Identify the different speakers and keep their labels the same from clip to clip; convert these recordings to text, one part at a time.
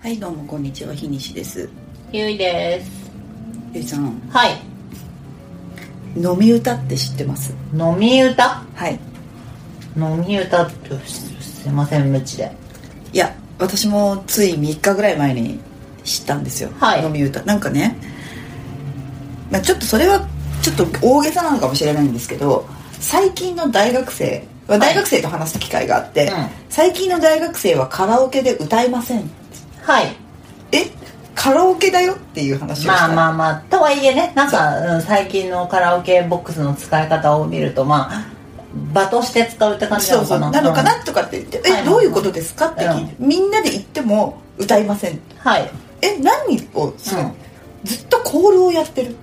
Speaker 1: はいどうもこんにちは日西です
Speaker 2: ゆいです
Speaker 1: ゆいさん
Speaker 2: はい
Speaker 1: 飲み歌って知ってます
Speaker 2: 飲み歌
Speaker 1: はい
Speaker 2: 飲み歌ってすすいません無知で
Speaker 1: いや私もつい3日ぐらい前に知ったんですよ、
Speaker 2: はい
Speaker 1: 飲み歌なんかね、まあ、ちょっとそれはちょっと大げさなのかもしれないんですけど最近の大学生は大学生と話す機会があって、
Speaker 2: うん
Speaker 1: 最近の大学生はカラオケで歌いません
Speaker 2: はい
Speaker 1: えカラオケだよっていう話をし
Speaker 2: ま
Speaker 1: た
Speaker 2: あまあまあとはいえねなんか、うん、最近のカラオケボックスの使い方を見るとまあ場として使うって感じな
Speaker 1: そう
Speaker 2: の
Speaker 1: そ
Speaker 2: か
Speaker 1: う
Speaker 2: な
Speaker 1: なのかなとかって言って「
Speaker 2: は
Speaker 1: え
Speaker 2: い
Speaker 1: どういうことですか?」って聞いてみんなで言っても歌いません
Speaker 2: うんはい
Speaker 1: え何をする、
Speaker 2: うん
Speaker 1: ずっとコールをやってる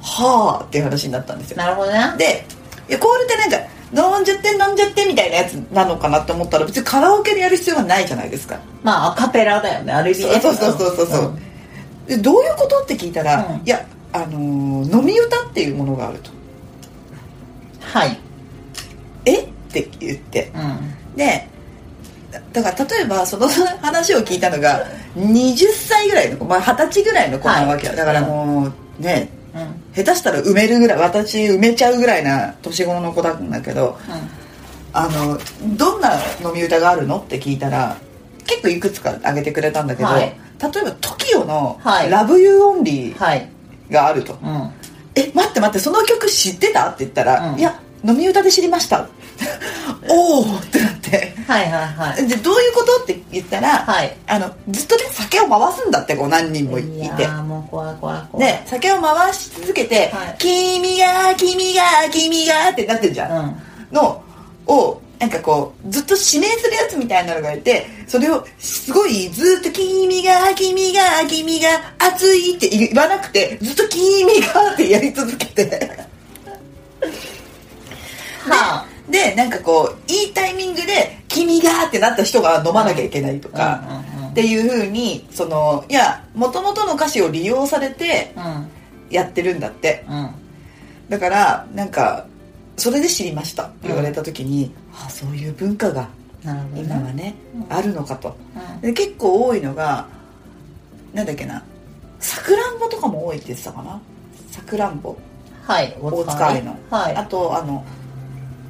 Speaker 1: はあっていう話になったんですよ
Speaker 2: なるほどね
Speaker 1: でいやコールってなんか飲んじゃって飲んじゃってみたいなやつなのかなって思ったら別にカラオケでやる必要はないじゃないですか
Speaker 2: まあアカペラだよねある意味
Speaker 1: そう
Speaker 2: ね
Speaker 1: そうそうそうそうそう、
Speaker 2: ん
Speaker 1: でどういうことって聞いたら、
Speaker 2: うん
Speaker 1: いやあのー飲み歌っていうものがあると
Speaker 2: はい
Speaker 1: えって言って
Speaker 2: うん
Speaker 1: でだだから例えばその話を聞いたのが20歳ぐらいの子まあ二十、歳ぐらいの子なわけよ、
Speaker 2: はい
Speaker 1: だからもうね
Speaker 2: うんうん
Speaker 1: 下手したら埋めるぐらい私埋めちゃうぐらいな年頃の子なんだけどあのどんな飲み歌があるのって聞いたら結構いくつか挙げてくれたんだけど、
Speaker 2: はい
Speaker 1: 例えば TOKIO の
Speaker 2: は
Speaker 1: 「
Speaker 2: い
Speaker 1: ラブユーオンリー
Speaker 2: はい
Speaker 1: があると「
Speaker 2: うん
Speaker 1: え待って待ってその曲知ってた?」って言ったら「
Speaker 2: うん
Speaker 1: いや飲み歌で知りま した」おおってなって
Speaker 2: はいはいはい
Speaker 1: でどういうことって言ったら、
Speaker 2: はい
Speaker 1: あのずっとね酒を回すんだってこう何人もいて。
Speaker 2: いやーもう怖い怖い怖い
Speaker 1: ね、酒を回し続けて「
Speaker 2: はい
Speaker 1: 君が君が君が」ってなってるじゃ、
Speaker 2: うんん
Speaker 1: のをなんかこうずっと指名するやつみたいなのがいてそれをすごいずっと「君が君が君が熱い」って言わなくてずっと「君が」ってやり続け て
Speaker 2: は
Speaker 1: でなんかこういいタイミングで「君が」ってなった人が飲まなきゃいけないとか、
Speaker 2: うんうんうん
Speaker 1: っていうふうにそのいや元々の歌詞を利用されて
Speaker 2: あ
Speaker 1: やってるんだって。
Speaker 2: うんうん
Speaker 1: だからなんかそれで知りましたって言われた時に、あそういう文化が
Speaker 2: なるほどね
Speaker 1: 今はね、
Speaker 2: うん
Speaker 1: あるのかと
Speaker 2: う
Speaker 1: で
Speaker 2: ん
Speaker 1: 結構多いのがなんだっけなさくらんぼとかも多いって言ってたかなさくらんぼ
Speaker 2: はい
Speaker 1: 大塚愛の、
Speaker 2: はい
Speaker 1: あとあの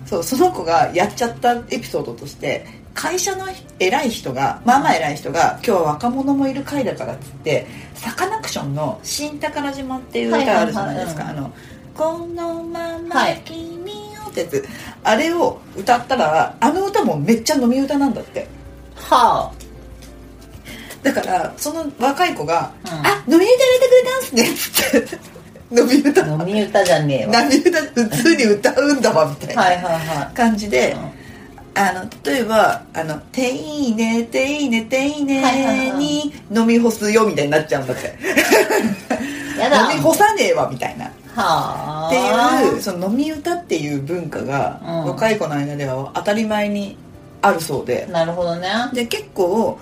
Speaker 1: そうその子がやっちゃったエピソードとして会社の偉い人がまあまあ偉い人が今日は若者もいる会だからっつってサカナクションの「新宝島」っていう歌あるじゃないですか「
Speaker 2: は
Speaker 1: あ
Speaker 2: い
Speaker 1: のこのまま
Speaker 2: はい
Speaker 1: 君を」ってやつ、あれを歌ったらあの歌もめっちゃ飲み歌なんだって
Speaker 2: は
Speaker 1: だからその若い子が「
Speaker 2: うん
Speaker 1: あ飲み歌入れてくれたんすね」っつって飲み 歌
Speaker 2: あ飲み歌じゃねえわ
Speaker 1: 飲み歌普通に歌うんだわみたいな。
Speaker 2: はいはいは
Speaker 1: 感じで、
Speaker 2: い
Speaker 1: あの例えば「あのていいねていいねていい
Speaker 2: はいはい
Speaker 1: ね」
Speaker 2: はい
Speaker 1: に飲み干すよみたいになっちゃうんだって
Speaker 2: やだ
Speaker 1: 飲み干さねえわみたいなっ
Speaker 2: は
Speaker 1: ていう
Speaker 2: う
Speaker 1: その飲み歌っていう文化が、
Speaker 2: うん
Speaker 1: 若い子の間では当たり前にあるそうで
Speaker 2: なるほどね
Speaker 1: で結構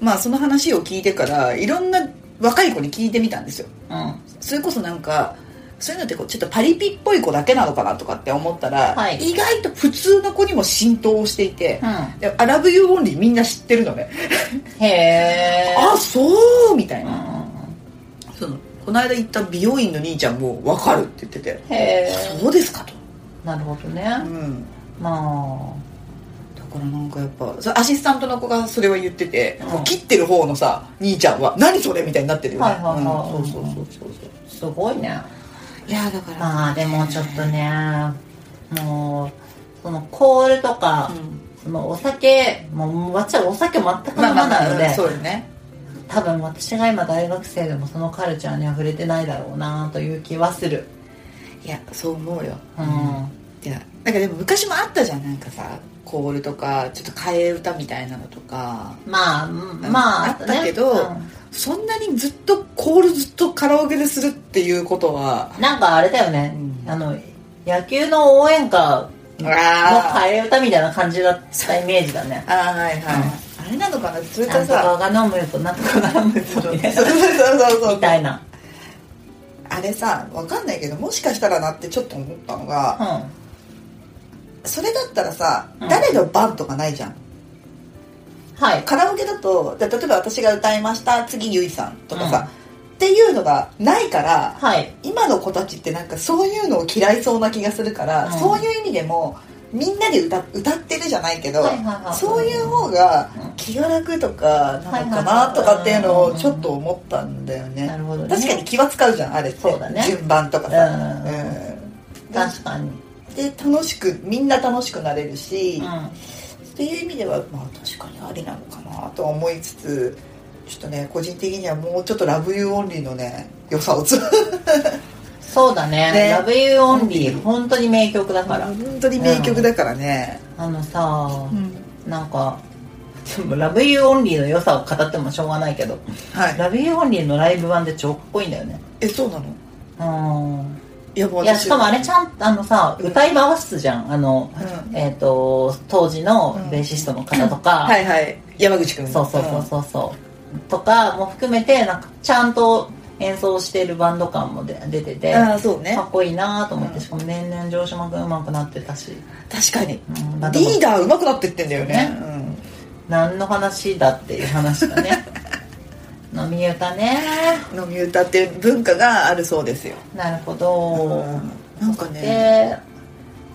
Speaker 1: まあその話を聞いてからいろんな若い子に聞いてみたんですよ
Speaker 2: うん
Speaker 1: それこそなんかそういうのってこうちょっとパリピっぽい子だけなのかなとかって思ったら、
Speaker 2: はい
Speaker 1: 意外と普通の子にも浸透していて、
Speaker 2: う
Speaker 1: で「アラブユーオンリー」みんな知ってるのね
Speaker 2: んへえ
Speaker 1: あそうみたい
Speaker 2: うんう
Speaker 1: なんそのこの間行った美容院の兄ちゃんも分かるって言ってて
Speaker 2: うんへえ
Speaker 1: そうですかと
Speaker 2: なるほど
Speaker 1: う
Speaker 2: ね
Speaker 1: ん
Speaker 2: ま
Speaker 1: だからなんかやっぱそれアシスタントの子がそれは言ってて、
Speaker 2: うん
Speaker 1: もう切ってる方のさ兄ちゃんは「何それ?」みたいになってるよね、
Speaker 2: はいはいは
Speaker 1: う
Speaker 2: い
Speaker 1: んそうそうそうそうそう
Speaker 2: あすごいね
Speaker 1: いやだから
Speaker 2: まあでもちょっとねもうそのコールとか
Speaker 1: うん
Speaker 2: そのお酒もう私はお酒全く
Speaker 1: まあ
Speaker 2: 飲
Speaker 1: まあ
Speaker 2: ま
Speaker 1: ま
Speaker 2: ない
Speaker 1: あ、
Speaker 2: ので
Speaker 1: そうよね
Speaker 2: 多分私が今大学生でもそのカルチャーに溢れてないだろうなという気はする
Speaker 1: いやそう思うよ
Speaker 2: うん、
Speaker 1: いやなんかでも昔もあったじゃんなんかさコールとかちょっと替え歌みたいなのとか
Speaker 2: まあうんまあ
Speaker 1: あったけど
Speaker 2: うん
Speaker 1: そんなにずっとコールずっとカラオケでするっていうことは
Speaker 2: なんかあれだよね、
Speaker 1: うん
Speaker 2: あの野球の応援歌の
Speaker 1: あ
Speaker 2: 替え歌みたいな感じだったイメージだね
Speaker 1: あーはいはい、あれなのかなそれ
Speaker 2: な
Speaker 1: か
Speaker 2: んとか
Speaker 1: さ
Speaker 2: が飲むよとなんとかが飲むよ
Speaker 1: そう
Speaker 2: と
Speaker 1: そう
Speaker 2: み
Speaker 1: そ
Speaker 2: た
Speaker 1: う
Speaker 2: いな
Speaker 1: そう
Speaker 2: みたいな
Speaker 1: あれさわかんないけどもしかしたらなってちょっと思ったのが、それだったらさ、
Speaker 2: うん
Speaker 1: 誰の番とかないじゃん
Speaker 2: はい
Speaker 1: カラオケだと例えば私が歌いました次ゆいさんとかさ、っていうのがないから
Speaker 2: はい
Speaker 1: 今の子たちってなんかそういうのを嫌いそうな気がするから、
Speaker 2: うん
Speaker 1: そういう意味でもみんなで歌歌ってるじゃないけど、
Speaker 2: はいはいはい
Speaker 1: そういう方が気が楽とかなのかなとかっていうのをちょっと思ったんだよね,、
Speaker 2: なるほどね
Speaker 1: 確かに気は使うじゃんあれって
Speaker 2: そうだね
Speaker 1: 順番とかさ、
Speaker 2: うん
Speaker 1: うんで
Speaker 2: 確かに、
Speaker 1: で楽しくみんな楽しくなれるし、
Speaker 2: うん
Speaker 1: っていう意味では、まあ、確かにありなのかなとは思いつつちょっとね個人的にはもうちょっとラブユーオンリーのね良さをつ
Speaker 2: そうだね
Speaker 1: ね
Speaker 2: ラブユーオンリー本当に名曲だから、
Speaker 1: 本当に名曲だからね、
Speaker 2: あのさ
Speaker 1: うん
Speaker 2: なんかでもラブユーオンリーの良さを語ってもしょうがないけど
Speaker 1: はい
Speaker 2: ラブユーオンリーのライブ版で超かっこいいんだよね
Speaker 1: えそうなの
Speaker 2: うん
Speaker 1: いやもう
Speaker 2: いや
Speaker 1: 私
Speaker 2: しかもあれちゃんあのさ
Speaker 1: うん
Speaker 2: 歌い回すじゃんあの、
Speaker 1: うん
Speaker 2: えっ、と当時のベーシストの方とか、
Speaker 1: はいはい山口君
Speaker 2: そうそうそうそうそうとかも含めてなんかちゃんと演奏してるバンド感もで出てて、
Speaker 1: うんああそうね
Speaker 2: かっこいいなと思って、
Speaker 1: うん
Speaker 2: しかも年々城島君上手くなってたし、
Speaker 1: 確かに
Speaker 2: うん、なんか
Speaker 1: リーダー上手くなってってんだよね
Speaker 2: ね何の話だっていう話 だね飲み歌ね
Speaker 1: うん、飲み歌っていう文化があるそうですよ、
Speaker 2: なるほ
Speaker 1: う
Speaker 2: ど、
Speaker 1: んなんかね
Speaker 2: で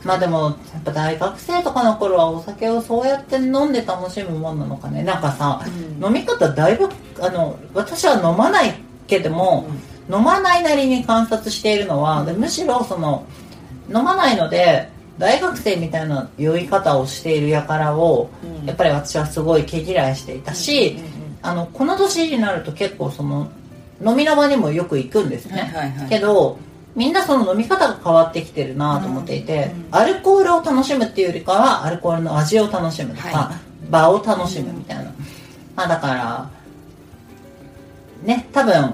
Speaker 2: まあでもやっぱ大学生とかの頃はお酒をそうやって飲んで楽しむもんなのかねなんかさ、
Speaker 1: うん
Speaker 2: 飲み方だいぶあの私は飲まないけども、飲まないなりに観察しているのはでむしろその飲まないので大学生みたいな酔い方をしている輩を、
Speaker 1: うん
Speaker 2: やっぱり私はすごい毛嫌いしていたし、
Speaker 1: うんうん
Speaker 2: あのこの年になると結構その飲みの場にもよく行くんですね、
Speaker 1: はいはいはい
Speaker 2: けどみんなその飲み方が変わってきてるなと思っていて、
Speaker 1: うんうん
Speaker 2: アルコールを楽しむっていうよりかはアルコールの味を楽しむとか、
Speaker 1: は
Speaker 2: 場を楽しむみたいな、まあ、だからね多分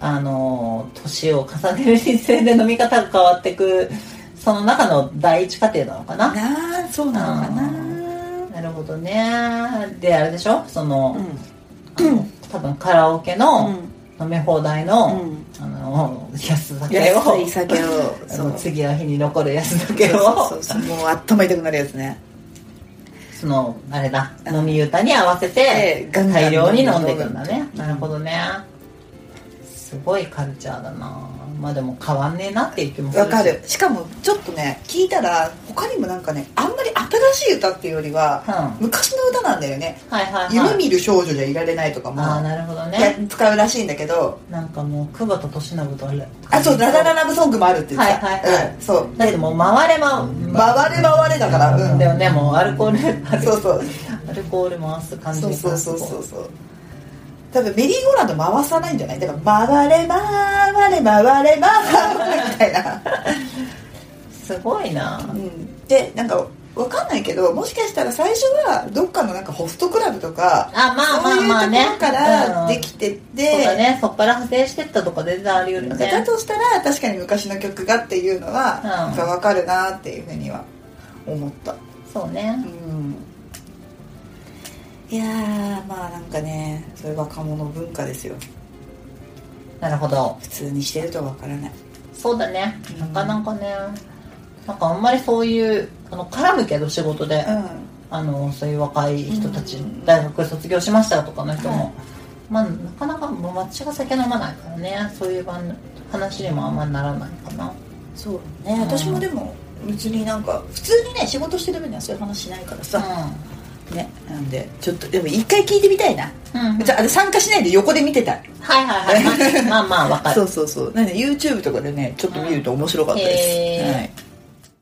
Speaker 2: あの年を重ねるにつれて飲み方が変わってくその中の第一過程なのかな
Speaker 1: なあそうなのかな
Speaker 2: なるほどねであれでしょその、
Speaker 1: う
Speaker 2: あの多分カラオケの飲み放題の,、
Speaker 1: ん
Speaker 2: あの安酒を
Speaker 1: 安い酒を
Speaker 2: あ
Speaker 1: そ
Speaker 2: の
Speaker 1: う
Speaker 2: 次の日に残る安酒を
Speaker 1: そうそうそうもう頭痛くなるやつね
Speaker 2: そのあれだ
Speaker 1: うん
Speaker 2: 飲み歌に合わせ
Speaker 1: え
Speaker 2: て
Speaker 1: えガンガン
Speaker 2: 大量に飲んでいくんだね
Speaker 1: うん
Speaker 2: なるほどねすごいカルチャーだなまあでも変わんねえなっていう気もする
Speaker 1: わ
Speaker 2: し
Speaker 1: かるしかもちょっとね聞いたら他にもなんかねあんまり新しい歌っていうより
Speaker 2: うん
Speaker 1: は
Speaker 2: は
Speaker 1: 昔の歌なんだよね
Speaker 2: いはい
Speaker 1: 夢
Speaker 2: はい
Speaker 1: 見る少女じゃいられないとかも
Speaker 2: ああなるほどね
Speaker 1: ね使うらしいんだけど
Speaker 2: なんかもう久保田利伸とあれ
Speaker 1: あそうララララブソングもあるって言って
Speaker 2: はいはいはい
Speaker 1: うんそう
Speaker 2: だけどもう回れま
Speaker 1: 回れ回れだからうん
Speaker 2: だよねもうアルコール
Speaker 1: そうそう
Speaker 2: アルコール回す感じ
Speaker 1: そう
Speaker 2: で
Speaker 1: そうそうそうそう多分メリーゴーランド回さないんじゃないだから回れ回れ回れ回れみたいな
Speaker 2: すごいな
Speaker 1: うんでなんかわかんないけどもしかしたら最初はどっかのなんかホストクラブとか
Speaker 2: あまあまあまあね
Speaker 1: そういうところから
Speaker 2: うん
Speaker 1: できてて、
Speaker 2: そうだねそっから派生してったとか全然あり得るよ
Speaker 1: だ
Speaker 2: ね
Speaker 1: としたら確かに昔の曲がっていうのは、
Speaker 2: ん
Speaker 1: なんかわかるなっていうふうには思った
Speaker 2: そう
Speaker 1: う
Speaker 2: ね
Speaker 1: んいやーまあなんかねそれ若者文化ですよ
Speaker 2: なるほど
Speaker 1: 普通にしてるとわからない
Speaker 2: そうだね
Speaker 1: うん
Speaker 2: なかなかねなんかあんまりそういうあの絡むけど仕事で、
Speaker 1: う
Speaker 2: あのそういう若い人たち、
Speaker 1: うん
Speaker 2: 大学卒業しましたとかの人も、
Speaker 1: はい
Speaker 2: まあなかなかもう私が酒飲まないからねそういう場の話にもあんまりならないかなん
Speaker 1: そうね私もでも別になんか普通にね仕事してる分にはそういう話しないからさ、ねなんでちょっとでも一回聞いてみたいな
Speaker 2: うん、うん、
Speaker 1: 別にあれ参加しないで横で見てたい、
Speaker 2: はいはいはいまあまあまあわかる
Speaker 1: そうそうそうなんで YouTube とかでねちょっと見ると面白かったです、
Speaker 2: うんへー
Speaker 1: はい